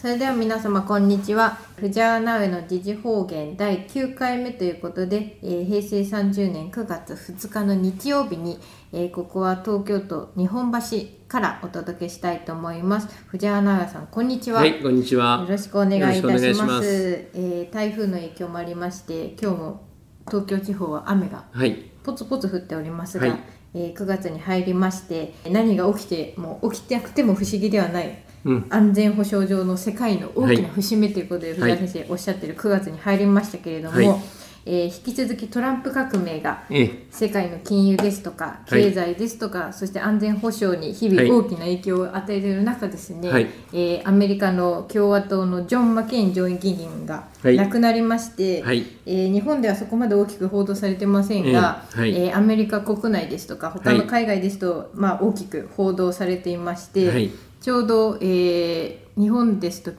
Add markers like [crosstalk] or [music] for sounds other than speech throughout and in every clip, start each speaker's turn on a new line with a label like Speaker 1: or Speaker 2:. Speaker 1: それでは皆様こんにちは藤原直江の時事方言第9回目ということで、えー平成30年9月2日の日曜日に、えーここは東京都日本橋からお届けしたいと思います藤原直江さんこんにちは、
Speaker 2: はい、こんにちは
Speaker 1: よ。ろしくお願いいたします
Speaker 2: よろしくお願いします
Speaker 1: えー台風の影響もありまして今日も東京地方は雨が
Speaker 2: はい、
Speaker 1: ポツポツ降っておりますが、
Speaker 2: はい
Speaker 1: えー9月に入りまして何が起きても起きてなくても不思議ではない
Speaker 2: うん、
Speaker 1: 安全保障上の世界の大きな節目ということで、
Speaker 2: い
Speaker 1: 藤田先生おっしゃってる9月に入りましたけれども、
Speaker 2: はい
Speaker 1: えー引き続きトランプ革命が
Speaker 2: ええ、
Speaker 1: 世界の金融ですとか
Speaker 2: はい
Speaker 1: 経済ですとか、そして安全保障に日
Speaker 2: はい
Speaker 1: 々大きな影響を与えている中ですね、
Speaker 2: はい
Speaker 1: えーアメリカの共和党のジョン・マケイン上院議員が
Speaker 2: はい
Speaker 1: 亡くなりまして、
Speaker 2: はい
Speaker 1: えー日本ではそこまで大きく報道されてませんが、
Speaker 2: ええはい
Speaker 1: えーアメリカ国内ですとか他の
Speaker 2: はい
Speaker 1: 海外ですと、まあ、大きく報道されていまして、
Speaker 2: はい
Speaker 1: ちょうど、えー日本ですと、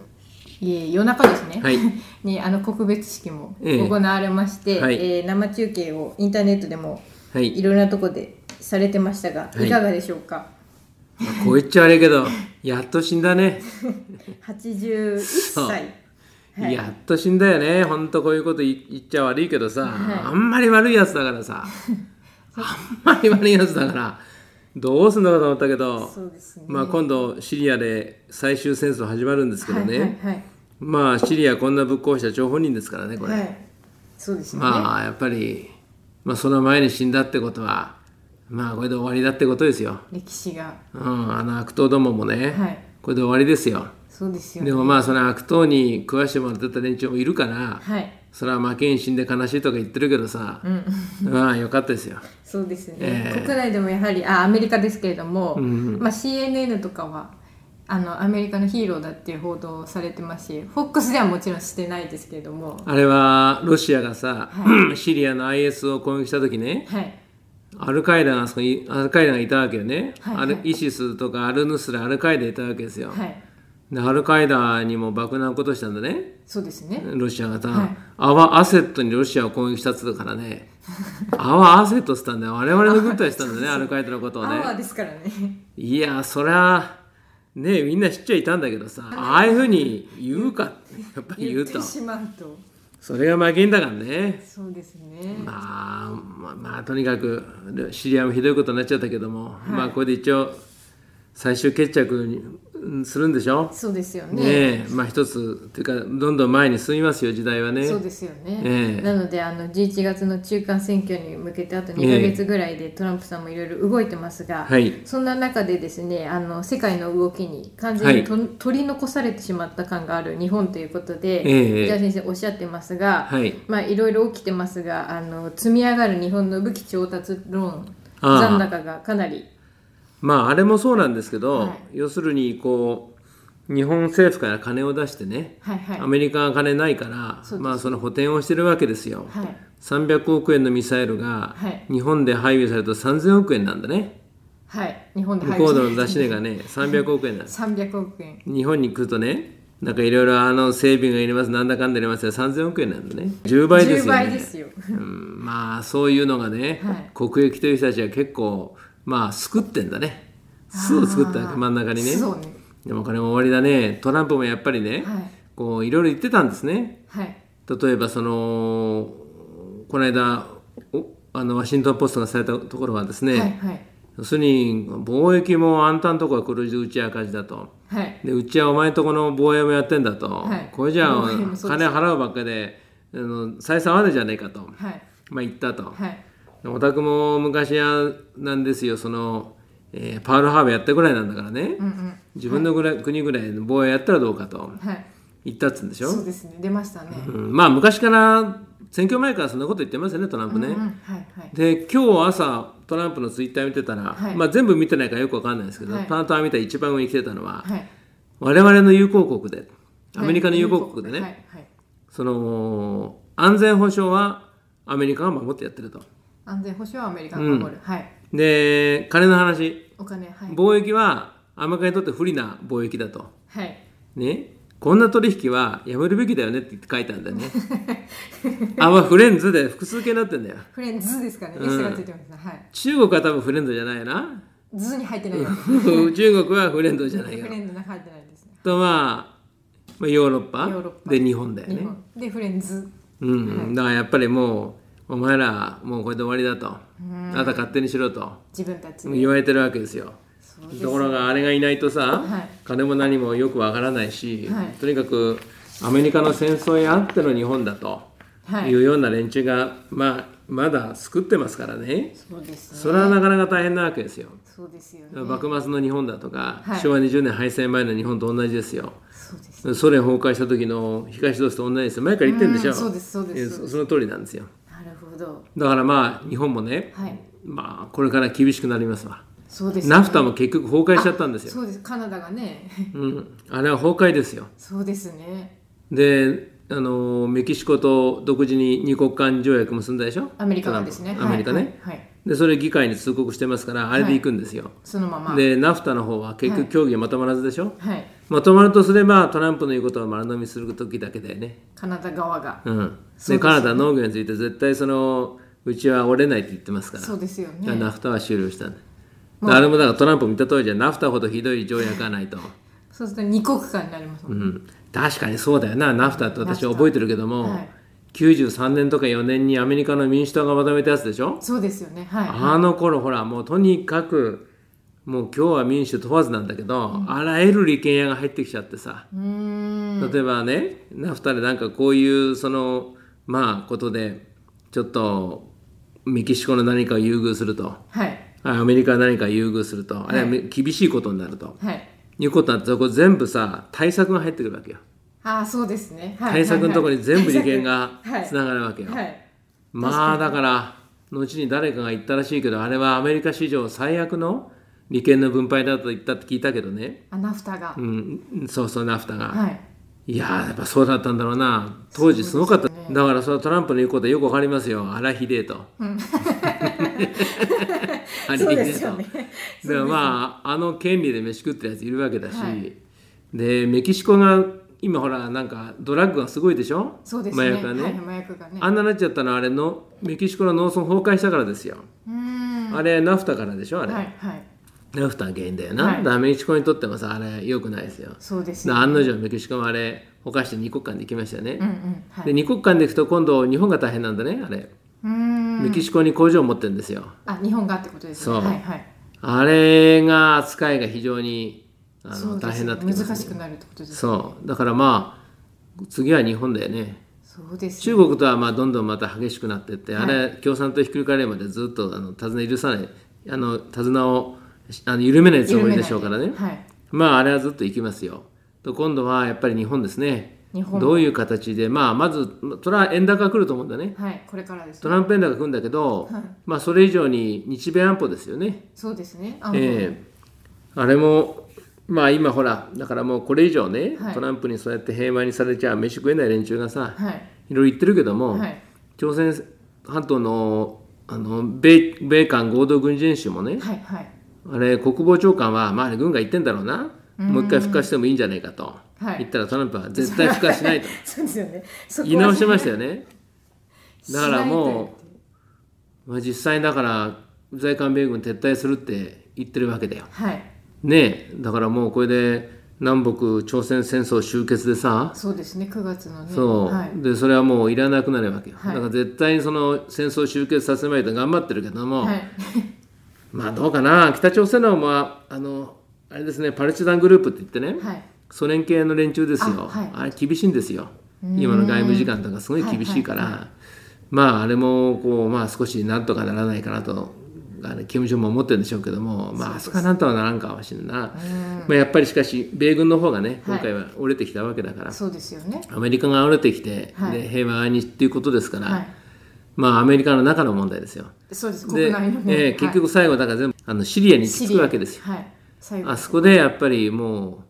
Speaker 1: えー夜中です [laughs] ね、
Speaker 2: はい
Speaker 1: にあの告別式も
Speaker 2: ええ
Speaker 1: 行われまして、
Speaker 2: はい
Speaker 1: えー生中継をインターネットでも
Speaker 2: はいい。
Speaker 1: ろいろなとこでされてましたが、
Speaker 2: はい
Speaker 1: いかがでしょうか。
Speaker 2: まあこう言っちゃあれやけど、 [laughs] やっと死んだね。
Speaker 1: 81
Speaker 2: そう
Speaker 1: 歳。はい
Speaker 2: やっと死んだよね。ほんとこういうこと言言っちゃ悪いけどさ、
Speaker 1: はい
Speaker 2: あんまり悪いやつだか
Speaker 1: [laughs]
Speaker 2: らさ、あんまり悪いやつだから、どうすんのかと思ったけど、
Speaker 1: そうですね。
Speaker 2: まあ今度シリアで最終戦争始まるんですけどね、
Speaker 1: はいはい
Speaker 2: まあシリアこんなぶっ壊した張本人ですからね、こ
Speaker 1: はい、
Speaker 2: れ。
Speaker 1: はい。そうですね。
Speaker 2: まあやっぱり、まあその前に死んだってことは、まあこれで終わりだってことですよ。
Speaker 1: 歴史が。
Speaker 2: うん、あの悪党どももね、
Speaker 1: はい
Speaker 2: これで終わりですよ。
Speaker 1: そうですよね。
Speaker 2: でもまあその悪党に食わしてもらってた連中もいるから、
Speaker 1: はい。
Speaker 2: それは負けん死んで悲しいとか言ってるけどさ、
Speaker 1: うん。 [laughs]
Speaker 2: まあよかったですよ。
Speaker 1: そうですね、
Speaker 2: ええ
Speaker 1: 国内でもやはりあアメリカですけれども、
Speaker 2: うん
Speaker 1: まあ、CNN とかはあのアメリカのヒーローだっていう報道をされてますし FOX ではもちろんしてないですけれども
Speaker 2: あれはロシアがさ、 [clears throat] シリアの IS を攻撃した時ね、
Speaker 1: はい
Speaker 2: アルカイダがあそこにアルカイダがいたわけよね、
Speaker 1: はい
Speaker 2: アルイシスとかアルヌスラアルカイダいたわけですよ、
Speaker 1: はい
Speaker 2: でアルカイダにも爆弾を落っことしたんだね
Speaker 1: そうですね
Speaker 2: ロシアがさ、
Speaker 1: はい
Speaker 2: アワアセットにロシアを攻撃したっつうか
Speaker 1: [laughs]
Speaker 2: らねアワアセットっつったんだよ我々の軍隊したんだねアルカイダのことを
Speaker 1: ア
Speaker 2: ね
Speaker 1: ワーですからね
Speaker 2: いやそりゃねみんな知っちゃいたんだけどさああいうふうに言うかってやっぱり言
Speaker 1: 言っ
Speaker 2: うと
Speaker 1: てしまうと
Speaker 2: それが負けんだからね
Speaker 1: そうですね、
Speaker 2: まあまあ、まあ、とにかく知り合いもひどいことになっちゃったけども、まあこれで一応最終決着にうんするんでしょ
Speaker 1: そうですよね
Speaker 2: ねえまあ一つっていうかどんどん前に進みますよ時代はね
Speaker 1: そうですよね、
Speaker 2: ええ
Speaker 1: なのであの11月の中間選挙に向けてあと2ヶ月ぐらいでトランプさんもいろいろ動いてますが、
Speaker 2: はい
Speaker 1: そんな中でですねあの世界の動きに完全にと、取り残されてしまった感がある日本ということで、
Speaker 2: ええ
Speaker 1: 藤田先生おっしゃってますが、
Speaker 2: はい
Speaker 1: まあいろいろ起きてますがあの積み上がる日本の武器調達ローン
Speaker 2: ああ
Speaker 1: 残高がかなり
Speaker 2: まああれもそうなんですけど、
Speaker 1: はい
Speaker 2: 要するにこう日本政府から金を出してね、
Speaker 1: はいはい
Speaker 2: アメリカが金ないから
Speaker 1: そうです
Speaker 2: まあその補填をしてるわけですよ、
Speaker 1: はい
Speaker 2: 300億円のミサイルが
Speaker 1: はい
Speaker 2: 日本で配備されると3000億円なんだね、
Speaker 1: はい日本で
Speaker 2: 向
Speaker 1: 配
Speaker 2: こ
Speaker 1: 布
Speaker 2: う
Speaker 1: さ
Speaker 2: の
Speaker 1: れ
Speaker 2: 出し値がね300億円なんです
Speaker 1: 300億円
Speaker 2: 日本に来るとねなんかいろいろあの整備が入れますなんだかんだ入れますよ3000億円なんだね10倍で
Speaker 1: 10
Speaker 2: すよね
Speaker 1: 倍ですよ
Speaker 2: うん、まあそういうのがね、国益という人たちは結構まあ救ってんだね巣を作った真ん中にね
Speaker 1: そうね
Speaker 2: でもこれも終わりだねトランプもやっぱりね、
Speaker 1: はい
Speaker 2: こういろいろ言ってたんですね
Speaker 1: はい
Speaker 2: 例えばそのこの間おあのワシントン・ポストがされたところはですね、
Speaker 1: はいはい
Speaker 2: 要するに貿易もあんたんとこは黒字でうちは赤字だと
Speaker 1: はい
Speaker 2: でうちはお前んとこの防衛もやってんだと、
Speaker 1: はい
Speaker 2: これじゃあ
Speaker 1: 防衛も [laughs] そうで
Speaker 2: 金払うばっかであの採算合わねえじゃねえかと、
Speaker 1: はい
Speaker 2: まあ、言ったと、
Speaker 1: はい
Speaker 2: おたくも昔はなんですよその、えーパールハーバーやったぐらいなんだからね、
Speaker 1: うんうん
Speaker 2: 自分のぐらい、国ぐらいの防衛やったらどうかと
Speaker 1: はい
Speaker 2: 言ったっつうんでしょ
Speaker 1: そうですね出ましたね
Speaker 2: うんまあ昔から選挙前からそんなこと言ってますよねトランプね、
Speaker 1: うんうんはいはい
Speaker 2: で今日朝トランプのツイッター見てたら、
Speaker 1: はい
Speaker 2: まあ、全部見てないからよくわかんないですけど、
Speaker 1: はい
Speaker 2: パートは見たら一番上に来てたのは
Speaker 1: はい
Speaker 2: 我々の友好国でアメリカの友好国でね、
Speaker 1: はいはい
Speaker 2: その安全保障はアメリカが守ってやってると
Speaker 1: 安全保障はアメリカが守るはい
Speaker 2: で金の話
Speaker 1: お金はい
Speaker 2: 貿易はアメリカにとって不利な貿易だと
Speaker 1: はい
Speaker 2: ねこんな取引はやめるべきだよねって書いてあるんだよね
Speaker 1: [laughs]
Speaker 2: あまあフレンズで複数形になってんだよ
Speaker 1: フレンズですかね
Speaker 2: うん
Speaker 1: S がついてますねはい
Speaker 2: 中国は多分フレンドじゃないよな [laughs]
Speaker 1: ズに入ってないやつ
Speaker 2: 中国はフレンドじゃない
Speaker 1: フ
Speaker 2: よ
Speaker 1: レンズが入ってないですね
Speaker 2: とまあまあ、ヨーロッパ
Speaker 1: ヨーロッパ
Speaker 2: で日本だよ
Speaker 1: 日
Speaker 2: ね。
Speaker 1: 本でフレンズ
Speaker 2: うんうん、だからやっぱりもうお前らもうこれで終わりだと、あなた勝手にしろと
Speaker 1: 自分たちで
Speaker 2: 言われてるわけですよ。
Speaker 1: そうです
Speaker 2: ところがあれがいないとさ、
Speaker 1: はい
Speaker 2: 金も何もよくわからないし、
Speaker 1: はい
Speaker 2: とにかくアメリカの戦争にあっての日本だと
Speaker 1: はい
Speaker 2: い、うような連中が、まあ、まだ作ってますからね
Speaker 1: そうですね
Speaker 2: それはなかなか大変なわけですよ。
Speaker 1: そうですよね
Speaker 2: 幕末の日本だとか、
Speaker 1: はい
Speaker 2: 昭和20年敗戦前の日本と同じですよ。
Speaker 1: そうです
Speaker 2: ソ連崩壊した時の東ドイツと同じですよ前から言ってるんでしょ、
Speaker 1: うんそうですそうです
Speaker 2: えそその通りなんですよ
Speaker 1: なるほど
Speaker 2: だからまあ日本もね
Speaker 1: はい
Speaker 2: まあこれから厳しくなりますわ
Speaker 1: そうですよね
Speaker 2: ナフタも結局崩壊しちゃったんですよ
Speaker 1: そうですカナダがね [laughs]
Speaker 2: うん、あれは崩壊ですよ
Speaker 1: そうですね
Speaker 2: であのメキシコと独自に二国間条約結んだでしょ
Speaker 1: アメリカがですね
Speaker 2: トランプアメリカね、
Speaker 1: はいはいはい
Speaker 2: でそれ議会に通告してますからあれで行くんですよ、
Speaker 1: そのまま
Speaker 2: でナフタの方は結局協議がまとまらずでしょ、
Speaker 1: はい
Speaker 2: まとまるとすればトランプの言うことは丸飲みする時だけだよね
Speaker 1: カナダ側が
Speaker 2: うん、
Speaker 1: そうです
Speaker 2: で
Speaker 1: ね
Speaker 2: カナダ農業について絶対そのうちは折れないって言ってますから、
Speaker 1: そうですよ
Speaker 2: だから
Speaker 1: ね
Speaker 2: ナフタは終了したんだ、あれもだからトランプ見た通りじゃナフタほどひどい条約はな
Speaker 1: [laughs]
Speaker 2: いと、
Speaker 1: そうすると二国間になりますも
Speaker 2: うんん、確かにそうだよなナフタって私
Speaker 1: ナフタ
Speaker 2: は覚えてるけども、
Speaker 1: はい
Speaker 2: 93年とか4年にアメリカの民主党がまとめたやつでしょ
Speaker 1: そうですよねはい
Speaker 2: あの頃ほらもうとにかくもう今日は民主問わずなんだけど、あらゆる利権屋が入ってきちゃってさ、
Speaker 1: うーん
Speaker 2: 例えばねナフタでなんかこういうそのまあことでちょっとメキシコの何かを優遇すると
Speaker 1: はい
Speaker 2: あアメリカの何かを優遇するとあれは
Speaker 1: は
Speaker 2: め厳しいことになると、
Speaker 1: はい
Speaker 2: い、うことになってそこ全部さ対策が入ってくるわけよ
Speaker 1: ああそうですね、はい、
Speaker 2: 対策のところに全部利権が
Speaker 1: はい
Speaker 2: つながるわけよ、
Speaker 1: [laughs] はいはい
Speaker 2: まあだから後に誰かが言ったらしいけどあれはアメリカ史上最悪の利権の分配だと言ったって聞いたけどね、
Speaker 1: あナフタが、
Speaker 2: うん、そうそうナフタが、
Speaker 1: はい
Speaker 2: いやーやっぱそうだったんだろうな当時すごかった、
Speaker 1: そうです
Speaker 2: だからそのトランプの言うことはよくわかりますよ荒秀でと。荒
Speaker 1: [laughs] そう
Speaker 2: 秀
Speaker 1: で
Speaker 2: ですと
Speaker 1: よね
Speaker 2: だからまああの権利で飯食ってるやついるわけだし、
Speaker 1: はい
Speaker 2: でメキシコが今ほらなんかドラッグがすごいでしょ
Speaker 1: そうですね
Speaker 2: 麻薬がね、
Speaker 1: はい、麻薬がね
Speaker 2: あんななっちゃったのはあれのメキシコの農村崩壊したからですよ、
Speaker 1: うーん
Speaker 2: あれナフタからでしょあれ、
Speaker 1: はいはい
Speaker 2: ナフタが原因だよな、
Speaker 1: はい
Speaker 2: だからメキシコにとってもさあれ良くないですよ
Speaker 1: そうです
Speaker 2: だ
Speaker 1: よ
Speaker 2: から案の定メキシコもあれ犯して二国間で行きましたよね、
Speaker 1: うんうんは
Speaker 2: で
Speaker 1: い
Speaker 2: 二国間で行くと今度日本が大変なんだねあれ、
Speaker 1: うーん
Speaker 2: メキシコに工場を持ってるんですよ
Speaker 1: あ日本がってことですね
Speaker 2: そ
Speaker 1: は
Speaker 2: う
Speaker 1: いはい
Speaker 2: あれが扱いが非常にあ
Speaker 1: そ
Speaker 2: の
Speaker 1: うで
Speaker 2: 大
Speaker 1: すね
Speaker 2: 変になってきます、ね、
Speaker 1: 難しくなるってことですね
Speaker 2: そうだからまあ次は日本だよね
Speaker 1: そうですね
Speaker 2: 中国とはまあどんどんまた激しくなってって、
Speaker 1: はい
Speaker 2: あれ共産党ひっくり返るまでずっとあの手綱許さないあの手綱をあの緩めないつもりでしょうからね
Speaker 1: 緩めないはい
Speaker 2: まああれはずっと行きますよ。と今度はやっぱり日本ですね。
Speaker 1: 日本
Speaker 2: どういう形で、まあ、まずそれは円高が来ると思うんだね。
Speaker 1: はいこれからです
Speaker 2: ト
Speaker 1: ね
Speaker 2: ランプ円高が来るんだけど、
Speaker 1: はい
Speaker 2: まあそれ以上に日米安保ですよね。
Speaker 1: そうですねあ
Speaker 2: ええあれもまあ今ほらだからもうこれ以上ね、
Speaker 1: はい
Speaker 2: トランプにそうやって平和にされちゃ飯食えない連中がさ
Speaker 1: はい
Speaker 2: いろいろ言ってるけども、
Speaker 1: はい
Speaker 2: 朝鮮半島のあの米米韓合同軍事演習もね、
Speaker 1: はいはい
Speaker 2: あれ国防長官は、まあ、あれ軍が言ってんだろうな、もう一回復活してもいいんじゃないかと、
Speaker 1: はい
Speaker 2: 言ったらトランプは絶対復活しないと
Speaker 1: そうですよね [laughs] そこは
Speaker 2: 言い直してましたよね。だから
Speaker 1: しない
Speaker 2: もう、まあ、実際だから在韓米軍撤退するって言ってるわけだよ。
Speaker 1: はい
Speaker 2: ねえだからもうこれで南北朝鮮戦争終結でさ
Speaker 1: そうですね9月のね
Speaker 2: そう、
Speaker 1: はい
Speaker 2: でそれはもういらなくなるわけよ、
Speaker 1: はい
Speaker 2: だから絶対にその戦争終結させまいと頑張ってるけども、
Speaker 1: はい
Speaker 2: まあどうかな北朝鮮の方はあのあれですねパルチザングループって言ってね、
Speaker 1: はい
Speaker 2: ソ連系の連中ですよ
Speaker 1: あはい
Speaker 2: れ厳しいんですよ今の外務次官とかすごい厳しいから、まああれもこうまあ少しなんとかならないかなとあの金正恩も思ってるんでしょうけどもまああそこはなんとかならんかもしれないな、まあ、やっぱりしかし米軍の方がね
Speaker 1: はい
Speaker 2: 今回は折れてきたわけだから、
Speaker 1: そうですよね
Speaker 2: アメリカが折れてきて、
Speaker 1: はい
Speaker 2: で平和にっていうことですから、
Speaker 1: はい
Speaker 2: まあアメリカの中の問題ですよ。
Speaker 1: そうです国
Speaker 2: で
Speaker 1: 内の、ね
Speaker 2: ええ結局最後だから全部あのシリアに
Speaker 1: はい
Speaker 2: 行き
Speaker 1: シ
Speaker 2: 着く
Speaker 1: リア
Speaker 2: わけですよ。
Speaker 1: はい最後
Speaker 2: あそこでやっぱりも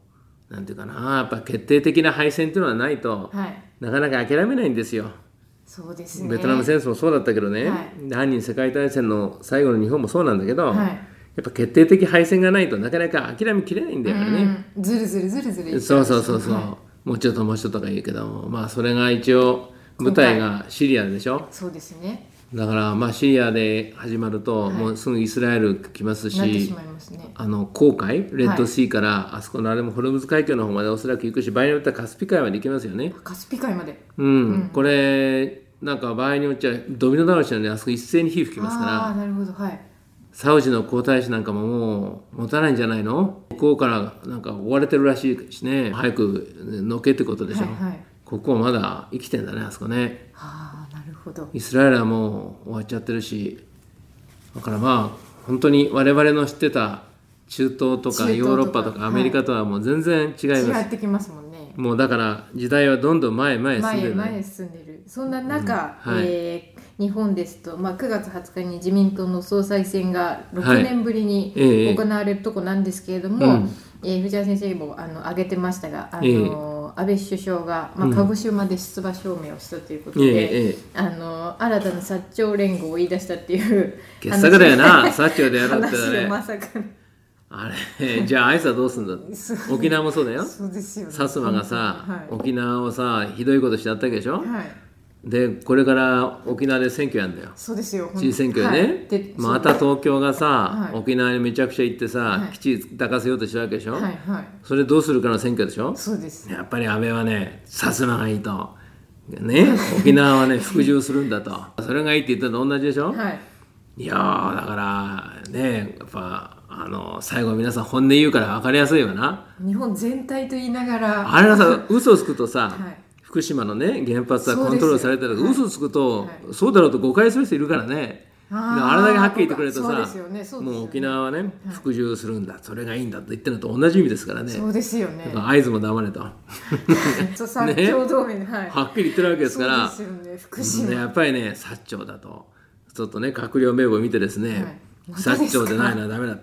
Speaker 2: うなんていうかなやっぱ決定的な敗戦っていうのはないと、
Speaker 1: はい
Speaker 2: なかなか諦めないんですよ。
Speaker 1: そうですね
Speaker 2: ベトナム戦争もそうだったけどね、
Speaker 1: は
Speaker 2: で犯人世界大戦の最後の日本もそうなんだけど、
Speaker 1: はい
Speaker 2: やっぱ決定的敗戦がないとなかなか諦めきれないんだよね。
Speaker 1: うんずるずるずるずる
Speaker 2: そうそうそうそう、
Speaker 1: は
Speaker 2: もうちょっともうちょっととか言うけどもまあそれが一応舞台がシリアでしょ
Speaker 1: そうですね
Speaker 2: だからまあシリアで始まると、
Speaker 1: はい
Speaker 2: もうすぐイスラエル来ます
Speaker 1: なってし
Speaker 2: し
Speaker 1: まいますね
Speaker 2: あの紅海レッドシーから、あそこのあれもホルムズ海峡の方までおそらく行くし場合によってはカスピ海まで行きますよね。
Speaker 1: カスピ海まで
Speaker 2: うん、
Speaker 1: うん
Speaker 2: これなんか場合によっちゃドミノ倒しなんであそこ一斉に火吹きますか
Speaker 1: ああ
Speaker 2: ら
Speaker 1: なるほどはい
Speaker 2: サウジの皇太子なんかももう持たないんじゃないの向こうからなんか追われてるらしいしね早くのけってことでしょ、
Speaker 1: はいはい
Speaker 2: ここまだ生きてんだねあそこね
Speaker 1: ああなるほど
Speaker 2: イスラエルはもう終わっちゃってるしだからまあ本当に我々の知ってた中東
Speaker 1: 中
Speaker 2: と
Speaker 1: 東と
Speaker 2: か
Speaker 1: か
Speaker 2: ヨーロッパとかアメリカとはもう全然違います、
Speaker 1: 違ってきますもんね
Speaker 2: もうだから時代はどんどん前へ前へ進んで
Speaker 1: 前へ
Speaker 2: る
Speaker 1: 前へ進んでるそんな中、
Speaker 2: うんはい
Speaker 1: えー日本ですと、まあ、9月20日に自民党の総裁選が
Speaker 2: はい
Speaker 1: 6年ぶりに
Speaker 2: ええ
Speaker 1: 行われるとこなんですけれども、
Speaker 2: うん
Speaker 1: えー藤原先生もあの挙げてましたがあの、
Speaker 2: ええ
Speaker 1: 安倍首相が、まあ、
Speaker 2: うん
Speaker 1: 鹿児島で出馬表明をしたということ
Speaker 2: ええ
Speaker 1: で、
Speaker 2: ええ
Speaker 1: あの新たな薩長連合を言い出したっていう
Speaker 2: 傑作だよな
Speaker 1: 話を
Speaker 2: 薩長でやろうって
Speaker 1: 話を
Speaker 2: ね
Speaker 1: まさかの
Speaker 2: あれじゃあアイスはどうすんだ
Speaker 1: そう
Speaker 2: 沖縄もそうだよ
Speaker 1: そうですよね
Speaker 2: 薩摩がさ、
Speaker 1: は
Speaker 2: 沖縄をさひどいことしちゃったわけでしょ、
Speaker 1: い、はい
Speaker 2: でこれから沖縄で選挙やんだよ
Speaker 1: そうですよ。
Speaker 2: 知事選挙で
Speaker 1: はい
Speaker 2: ね、
Speaker 1: で
Speaker 2: また東京がさ、
Speaker 1: はい
Speaker 2: 沖縄にめちゃくちゃ行ってさ、
Speaker 1: はい
Speaker 2: 基地抱かせようとしたわけでしょ、
Speaker 1: はいはい。
Speaker 2: それどうするかの選挙でしょ
Speaker 1: そうです。
Speaker 2: やっぱり安倍はね薩摩がいいとね沖縄はね服従するんだとそれがいいって言ったのと同じでしょ、
Speaker 1: はい。
Speaker 2: いやーだからねやっぱあの最後皆さん本音言うから分かりやすいわな
Speaker 1: 日本全体と言いながら。
Speaker 2: あれがさ嘘つくとさ、
Speaker 1: はい
Speaker 2: 福島のね原発は
Speaker 1: そうですよ
Speaker 2: コントロールされたら
Speaker 1: はい
Speaker 2: 嘘つくと、
Speaker 1: は
Speaker 2: そうだろうと誤解する人いるからね
Speaker 1: あ
Speaker 2: だ
Speaker 1: ー
Speaker 2: からあれだけはっきり言ってくれると
Speaker 1: そう
Speaker 2: さ
Speaker 1: ですよねそうですよね
Speaker 2: もう沖縄はね服従するんだ、それがいいんだと言ってるのと同じ意味ですからね
Speaker 1: そうですよね
Speaker 2: だ。から合図も黙れとは
Speaker 1: そう三強同盟のはい。
Speaker 2: っきり言ってるわけですから
Speaker 1: そうですよね。福島。
Speaker 2: ね、やっぱりね薩長だとちょっとね閣僚名簿を見てですね、
Speaker 1: はい
Speaker 2: 薩長でないのはダメだ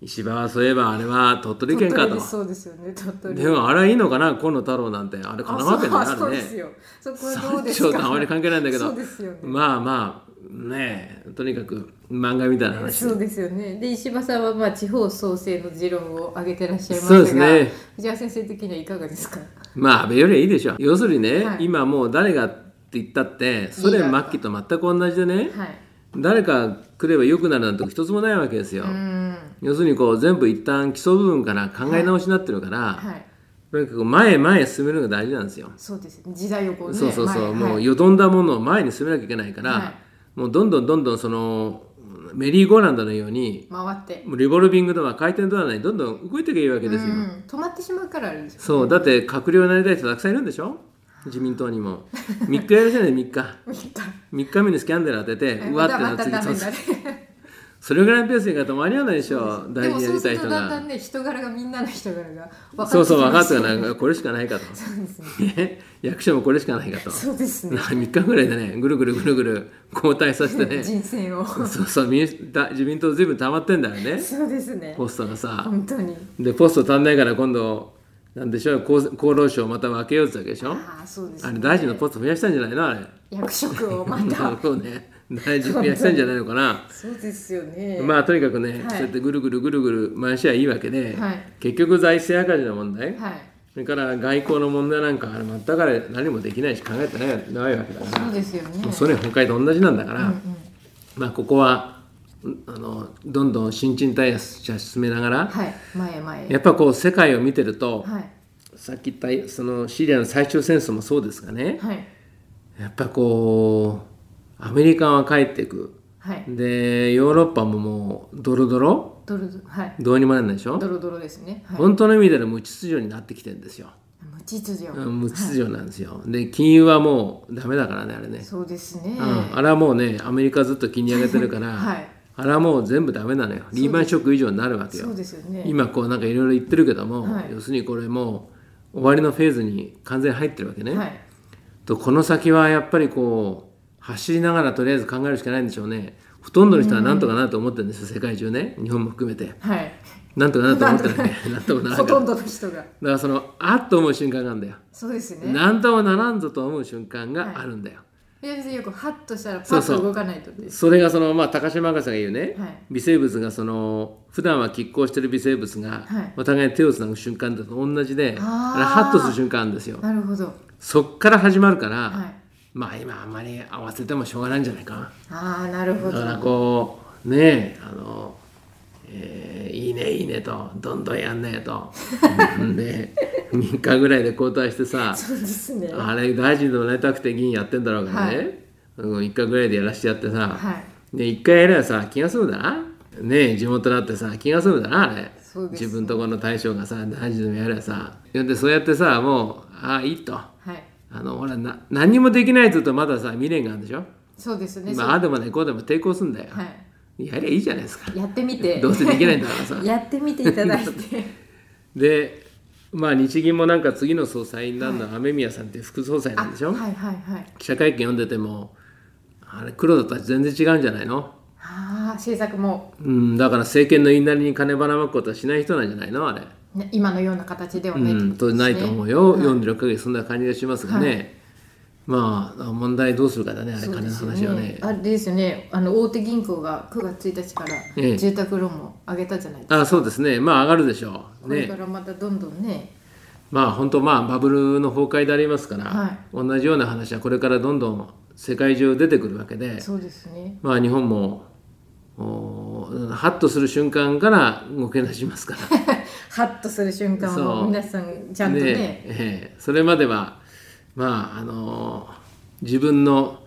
Speaker 2: 石破はそういえばあれは鳥取県か
Speaker 1: 鳥取で
Speaker 2: と
Speaker 1: すそうですよね。鳥取。
Speaker 2: でもあれはいいのかな河野太郎なんてあれ神奈川県で
Speaker 1: あそうあそ
Speaker 2: あ
Speaker 1: う
Speaker 2: る
Speaker 1: です
Speaker 2: ね
Speaker 1: よ。そこはどうで
Speaker 2: 薩
Speaker 1: す
Speaker 2: 長
Speaker 1: か。
Speaker 2: とあまり関係ないんだけど
Speaker 1: そうですよね。
Speaker 2: まあまあねえとにかく漫画みたいな話
Speaker 1: そうですよね。で石破さんはまあ地方創生の持論を挙げてらっしゃいま
Speaker 2: そうですす
Speaker 1: が、
Speaker 2: ね
Speaker 1: 藤原先生的にはいかがですか。
Speaker 2: まあ安倍よりはいいでしょう要するにね、
Speaker 1: はい
Speaker 2: 今もう誰がって言ったってソ連末期と全く同じでね
Speaker 1: はい。
Speaker 2: 誰か来れば良くなるなんて一つもないわけですよ、
Speaker 1: うん。
Speaker 2: 要するにこう全部一旦基礎部分から考え直しになってるから、
Speaker 1: はい。
Speaker 2: とにかく前へ前へ進めるのが大事なんですよ。
Speaker 1: そうです。時代をこうね。
Speaker 2: そうそうそ
Speaker 1: 前
Speaker 2: う、も
Speaker 1: は
Speaker 2: う
Speaker 1: い
Speaker 2: よどんだものを前に進めなきゃいけないから、
Speaker 1: は
Speaker 2: もうどんどんどんどんそのメリーゴーランドのように
Speaker 1: 回って。
Speaker 2: もうリボルビングドア回転ドア内にどんどん動いていけばいいわけですよ。
Speaker 1: うん止まってしまうからあれです
Speaker 2: そうだって閣僚になりたい人たくさんいるんでしょ自民党にも3日やるじゃない3日
Speaker 1: [laughs] 見た
Speaker 2: 3日目にスキャンダル当ててうわってな
Speaker 1: ま
Speaker 2: って
Speaker 1: たまたダメ
Speaker 2: 次
Speaker 1: だ
Speaker 2: そ
Speaker 1: ね
Speaker 2: それぐらいのペースにいかないと間に合わないでしょ
Speaker 1: [laughs] で
Speaker 2: 大
Speaker 1: も
Speaker 2: 事にや
Speaker 1: そう
Speaker 2: り
Speaker 1: す
Speaker 2: たい
Speaker 1: ると
Speaker 2: 人
Speaker 1: だんだ
Speaker 2: が
Speaker 1: んね人柄がみんなの人柄が分かって
Speaker 2: そうそう分かって
Speaker 1: き
Speaker 2: は
Speaker 1: ま
Speaker 2: な
Speaker 1: す
Speaker 2: いからこれしかないかと
Speaker 1: そうですね
Speaker 2: ね役所もこれしかないかと
Speaker 1: そうですね
Speaker 2: 3日ぐらいでねぐるぐるぐるぐる交代させ
Speaker 1: [laughs]
Speaker 2: てね
Speaker 1: 人生を
Speaker 2: そうそう民主だ自民党ずいぶん溜まってんだよね
Speaker 1: そうですね
Speaker 2: ポストがさ
Speaker 1: 本当に
Speaker 2: でポスト足んないから今度なんでしょう厚厚労省また分けようってわけでしょ
Speaker 1: ああそうです
Speaker 2: あれ
Speaker 1: ね
Speaker 2: 大臣のポスト増やしたんじゃないのあれ
Speaker 1: 役職をま
Speaker 2: [laughs]
Speaker 1: た
Speaker 2: そうね大臣増やしたんじゃないのかな
Speaker 1: そうですよね
Speaker 2: まあとにかくね、
Speaker 1: はい
Speaker 2: そうやってぐるぐるぐるぐる回しはいいわけで、
Speaker 1: はい
Speaker 2: 結局財政赤字の問題、
Speaker 1: はい
Speaker 2: それから外交の問題なんかあれ全くあれ何もできないし考えてないないわけだから
Speaker 1: そうですよね
Speaker 2: もうソ連崩壊と同じなんだから、まあここはうんあのどんどん新陳代謝進めながら、
Speaker 1: はい前へ前へ
Speaker 2: やっぱこう世界を見てると、
Speaker 1: はい
Speaker 2: さっき言ったそのシリアの最終戦争もそうですがね、
Speaker 1: はい
Speaker 2: やっぱこうアメリカは帰っていく
Speaker 1: はい
Speaker 2: でヨーロッパももうドロドロ
Speaker 1: ドロドロはい
Speaker 2: どうにもなんないでしょ、
Speaker 1: ドロドロですねはい
Speaker 2: 本当の意味での無秩序になってきてるんですよ
Speaker 1: 無秩序
Speaker 2: うん無秩序なんですよ、で金融はもうダメだからねあれね
Speaker 1: そうですね
Speaker 2: うん、あれはもうねアメリカずっと金利上げてるから、
Speaker 1: [laughs] はい
Speaker 2: あれはもう全部ダメなのよリーマンショック以上になるわけよ
Speaker 1: そうですよね
Speaker 2: 今こうなんかいろいろ言ってるけども、
Speaker 1: はい
Speaker 2: 要するにこれもう終わりのフェーズに完全に入ってるわけね、
Speaker 1: はい
Speaker 2: とこの先はやっぱりこう走りながらとりあえず考えるしかないんでしょうねほとんどの人はなんとかなると思ってるんですよ、世界中ね日本も含めて
Speaker 1: はい
Speaker 2: なんとかなると思って
Speaker 1: [laughs]
Speaker 2: るねなんとかならんか
Speaker 1: ほ
Speaker 2: ら
Speaker 1: と
Speaker 2: だ
Speaker 1: んどの人が
Speaker 2: からそのあっと思う瞬間があるんだよ
Speaker 1: そうですね
Speaker 2: なんともならんぞと思う瞬間があるんだよ、
Speaker 1: 宮崎さんよくハッとしたらパ
Speaker 2: そう
Speaker 1: ッ
Speaker 2: そう
Speaker 1: と動かないとです
Speaker 2: それがそのまあ高島博士が言うね、
Speaker 1: はい
Speaker 2: 微生物がその普段は拮抗してる微生物が
Speaker 1: はい
Speaker 2: お互いに手をつなぐ瞬間だと同じで、
Speaker 1: あー
Speaker 2: あれハッとする瞬間あるんですよ
Speaker 1: なるほど
Speaker 2: そっから始まるから、
Speaker 1: はい
Speaker 2: まあ今あんまり合わせてもしょうがないんじゃないかな。
Speaker 1: ああなるほ
Speaker 2: だから
Speaker 1: ど
Speaker 2: こうねえあの、えーいいねいいねとどんどんやんねえ
Speaker 1: [laughs]
Speaker 2: とうんで3日ぐらいで交代してさ
Speaker 1: そうですねは
Speaker 2: あれ大臣でもなりたくて議員やってんだろうからね、
Speaker 1: はい
Speaker 2: うん、1回ぐらいでやらしてやってさ、
Speaker 1: い
Speaker 2: で1回やればさ気が済むだなねえ地元だってさ気が済むだなあれ
Speaker 1: そうです
Speaker 2: 自分とこの大将がさ大臣でもやればさでそうやってさもうああいいと
Speaker 1: はい
Speaker 2: あのほらな何にもできないっつうとまださ未練があるでしょ
Speaker 1: そうですね
Speaker 2: まあああでもねこうでも抵抗すんだよ、
Speaker 1: は
Speaker 2: やりゃいいじゃないですか
Speaker 1: いやってみて
Speaker 2: どう
Speaker 1: [laughs]
Speaker 2: せできないんだからさ
Speaker 1: やってみていただいて
Speaker 2: [laughs] でまあ日銀もなんか次の総裁になるのは雨宮さんっていう副総裁
Speaker 1: あ
Speaker 2: なんでしょ、
Speaker 1: はいはいはい
Speaker 2: 記者会見読んでてもあれ黒田とは全然違うんじゃないの
Speaker 1: ああ政策も、
Speaker 2: うんだから政権の言いなりに金ばらまくことはしない人なんじゃないのあれ
Speaker 1: ね、今のような形では
Speaker 2: う
Speaker 1: ないって
Speaker 2: ん
Speaker 1: こと
Speaker 2: と
Speaker 1: です
Speaker 2: な
Speaker 1: ね
Speaker 2: いと思うよ、46ヶ月そんな感じがしますがね、まあ問題どうするかだねあれ
Speaker 1: そうで
Speaker 2: 金の
Speaker 1: すよ
Speaker 2: 話はね
Speaker 1: ね。あれですよね。あの大手銀行が9月1日から
Speaker 2: ええ
Speaker 1: 住宅ローンを上げたじゃないですか。
Speaker 2: あそうですねまあ上がるでしょう
Speaker 1: これ
Speaker 2: ね
Speaker 1: からまたどんどんね。
Speaker 2: まあ本当まあバブルの崩壊でありますから、
Speaker 1: はい
Speaker 2: 同じような話はこれからどんどん世界中出てくるわけで、
Speaker 1: そうですね。
Speaker 2: まあ日本もおーハッとする瞬間から動け出しますから
Speaker 1: [laughs] ハッとする瞬間
Speaker 2: そ
Speaker 1: を
Speaker 2: う
Speaker 1: 皆さんちゃんとね。
Speaker 2: ええそれまではまああのー自分の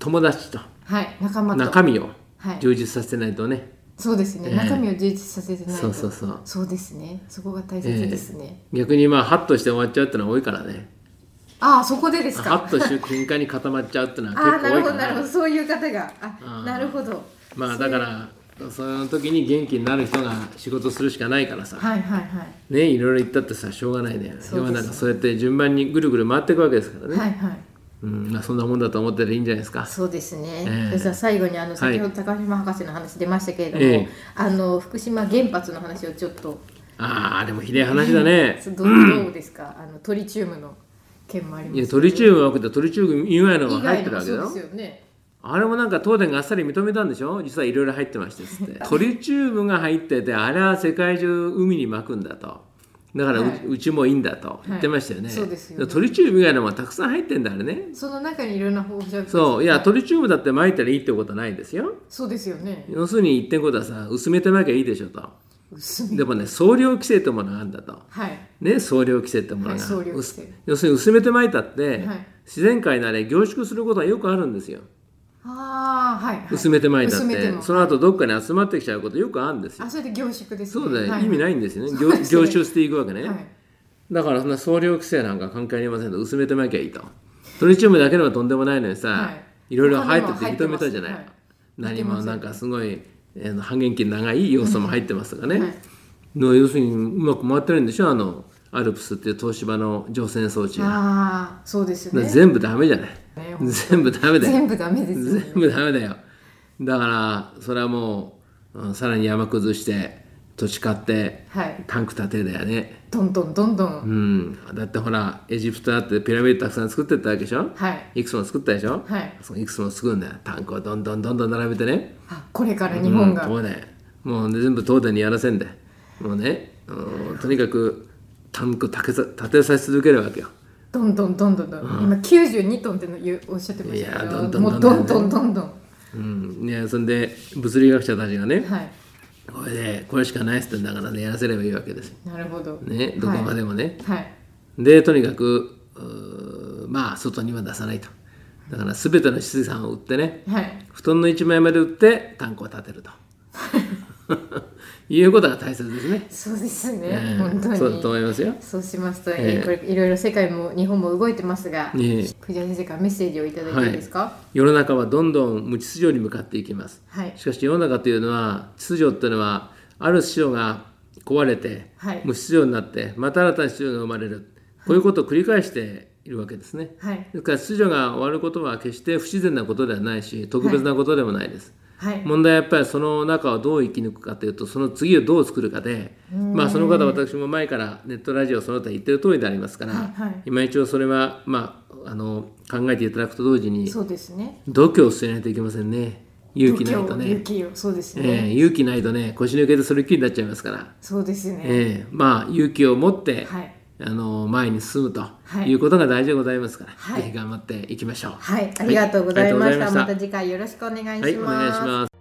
Speaker 2: 友達と
Speaker 1: はい仲間と。
Speaker 2: 中身を
Speaker 1: はい。
Speaker 2: 充実させないとね、
Speaker 1: そうですね、
Speaker 2: ええ
Speaker 1: 中身を充実させてないと。
Speaker 2: そうそうそう
Speaker 1: そうですね。そこが大切ですね。
Speaker 2: 逆にまあハッとして終わっちゃうってのは多いからね
Speaker 1: ああそこでです
Speaker 2: ハ
Speaker 1: か。
Speaker 2: ッとして瞬間に固まっちゃうっての
Speaker 1: あ
Speaker 2: は
Speaker 1: あ
Speaker 2: 結
Speaker 1: な
Speaker 2: 構多
Speaker 1: る
Speaker 2: い
Speaker 1: ほ
Speaker 2: か
Speaker 1: どなるほ
Speaker 2: ら
Speaker 1: どそういう方があ
Speaker 2: うん
Speaker 1: なるほど。
Speaker 2: まあだからその時に元気になる人が仕事するしかないからさ
Speaker 1: はいはいはい。
Speaker 2: ねいろいろ言ったってさしょうがないねで
Speaker 1: そうです
Speaker 2: もなんかそうやって順番にぐるぐる回っていくわけですからね、
Speaker 1: はいはい。
Speaker 2: うんまあ、そんなもんだと思ってていいんじゃないですか
Speaker 1: そうですね。
Speaker 2: ええ
Speaker 1: そしたら最後にあの先ほど高島博士の話出ましたけれども、
Speaker 2: ええ
Speaker 1: あの福島原発の話をちょっと
Speaker 2: ああでもひでえ話だね
Speaker 1: どどうですか？あのトリチウムの件もあります
Speaker 2: い
Speaker 1: け
Speaker 2: や
Speaker 1: ど。
Speaker 2: トリチウムは多くてトリチウム以外のが
Speaker 1: 以
Speaker 2: 入っ
Speaker 1: 外
Speaker 2: てる
Speaker 1: のそ
Speaker 2: わけだよ
Speaker 1: うですよね。
Speaker 2: あれもなんか東電があっさり認めたんでしょ実はいろいろ入ってましたっつってトリチウムが入っててあれは世界中海にまくんだとだからう,、
Speaker 1: はいう
Speaker 2: ちもいいんだと言ってましたよね,、
Speaker 1: はいそうですよね
Speaker 2: トリチウム以外のもたくさん入ってんだあれね
Speaker 1: その中にいろんな放射物
Speaker 2: そういやトリチウムだって撒いたらいいってことはないですよ
Speaker 1: そうですよね。
Speaker 2: 要するに言ってることはさ薄めてまきゃいいでしょと
Speaker 1: 薄め
Speaker 2: でもね総量規制ってものがあるんだと
Speaker 1: はい
Speaker 2: ね総量規制ってものが、
Speaker 1: はい総量規
Speaker 2: 薄
Speaker 1: 制
Speaker 2: 要するに薄めてまいたって、
Speaker 1: はい
Speaker 2: 自然界なれ凝縮することはよくあるんですよ
Speaker 1: ああはい、はい、
Speaker 2: 薄めてまいたっ
Speaker 1: 薄
Speaker 2: て,、
Speaker 1: めても
Speaker 2: その後どっかに集まってきちゃうことよくあるんですよ
Speaker 1: あそれで凝縮です、ね。
Speaker 2: そうだね、
Speaker 1: はい
Speaker 2: 意味ないんですよね
Speaker 1: そう
Speaker 2: 凝
Speaker 1: ですね
Speaker 2: 凝集していくわけね、
Speaker 1: はい
Speaker 2: だからそんな総量規制なんか関係ありませんと薄めてまきゃいいとトリチウムだけでもとんでもないのにさ、
Speaker 1: はい
Speaker 2: いろいろ入ってて認めたじゃない、
Speaker 1: はい
Speaker 2: 何もなんかすごい、えー半減期長い要素も入ってますとかね、
Speaker 1: はい
Speaker 2: の要するにうまく回ってるんでしょあのアルプスっていう東芝の乗船装置が、
Speaker 1: ああそうですよ
Speaker 2: だから
Speaker 1: ね。
Speaker 2: 全部ダメじゃない
Speaker 1: ね
Speaker 2: 全部ダメだよ
Speaker 1: 全部ダメですよね。
Speaker 2: 全部ダメだよだからそれはもう、うんさらに山崩して土地買って
Speaker 1: はい。
Speaker 2: タンク建てだよね
Speaker 1: どんどんどんどん。
Speaker 2: うんだってほらエジプトだってピラミッドたくさん作ってったわけでしょ
Speaker 1: はい。
Speaker 2: いくつも作ったでしょ、
Speaker 1: はい。
Speaker 2: そのいくつも作るんだよタンクをどんどんどんどん並べてね
Speaker 1: あ、これから日本が。
Speaker 2: うん東電もう、ね、全部東電にやらせんでもうね、うんとにかくタンク建てさ建てさせ続けるわけよ
Speaker 1: どんどんどんどんどん。今九十二トンっての言うおっしゃってましたけ
Speaker 2: いや
Speaker 1: ど、
Speaker 2: どんどん
Speaker 1: もうど
Speaker 2: ど
Speaker 1: ん
Speaker 2: ん
Speaker 1: ど
Speaker 2: ど
Speaker 1: ん
Speaker 2: ん
Speaker 1: どんどん。
Speaker 2: うんねそんで物理学者たちがね
Speaker 1: はい。
Speaker 2: これでこれしかないっすってんだからねやらせればいいわけですよ
Speaker 1: なるほど。
Speaker 2: ねどこまでもね、
Speaker 1: はい。
Speaker 2: でとにかくうーまあ外には出さないとだから全ての資産を売ってね
Speaker 1: はい。
Speaker 2: 布団の一枚まで売って炭鉱を建
Speaker 1: [laughs]
Speaker 2: てるということが大切ですね、
Speaker 1: そうですね。
Speaker 2: ええ
Speaker 1: 本当に。
Speaker 2: そうだと思いますよ
Speaker 1: そうしますと、
Speaker 2: ええ
Speaker 1: これいろいろ世界も日本も動いてますが、
Speaker 2: ええ
Speaker 1: クジャ先生からメッセージをいただいていいですか？
Speaker 2: 世の中はどんどん無秩序に向かっていきます
Speaker 1: はい。
Speaker 2: しかし世の中というのは秩序っていうのはある秩序が壊れて
Speaker 1: はい。
Speaker 2: 無秩序になってまた新たな秩序が生まれるこういうことを繰り返しているわけですね
Speaker 1: はい。
Speaker 2: ですから秩序が終わることは決して不自然なことではないし特別なことでもないです、
Speaker 1: はい。
Speaker 2: 問題はやっぱりその中をどう生き抜くかというとその次をどう作るかでまあその方私も前からネットラジオその他言ってる通りでありますから、
Speaker 1: はいはい
Speaker 2: 今一応それはまああの考えていただくと同時に
Speaker 1: そうですね。
Speaker 2: 度胸を据えないといけませんね勇気ないと
Speaker 1: 度胸勇
Speaker 2: ね、
Speaker 1: 気をそうです
Speaker 2: え
Speaker 1: ね。
Speaker 2: え勇気ないとね腰抜けてそれっきりになっちゃいますから、
Speaker 1: そうですね。
Speaker 2: ええまあ勇気を持って、
Speaker 1: はい。
Speaker 2: えあの前に進むと
Speaker 1: はい
Speaker 2: いうことが大事でございますから、
Speaker 1: はい
Speaker 2: ぜひ頑張っていきましょう。
Speaker 1: はい、ありがとうございました。
Speaker 2: はいありがとうございました
Speaker 1: また次回よろしくお願いします。
Speaker 2: はい、お願いします。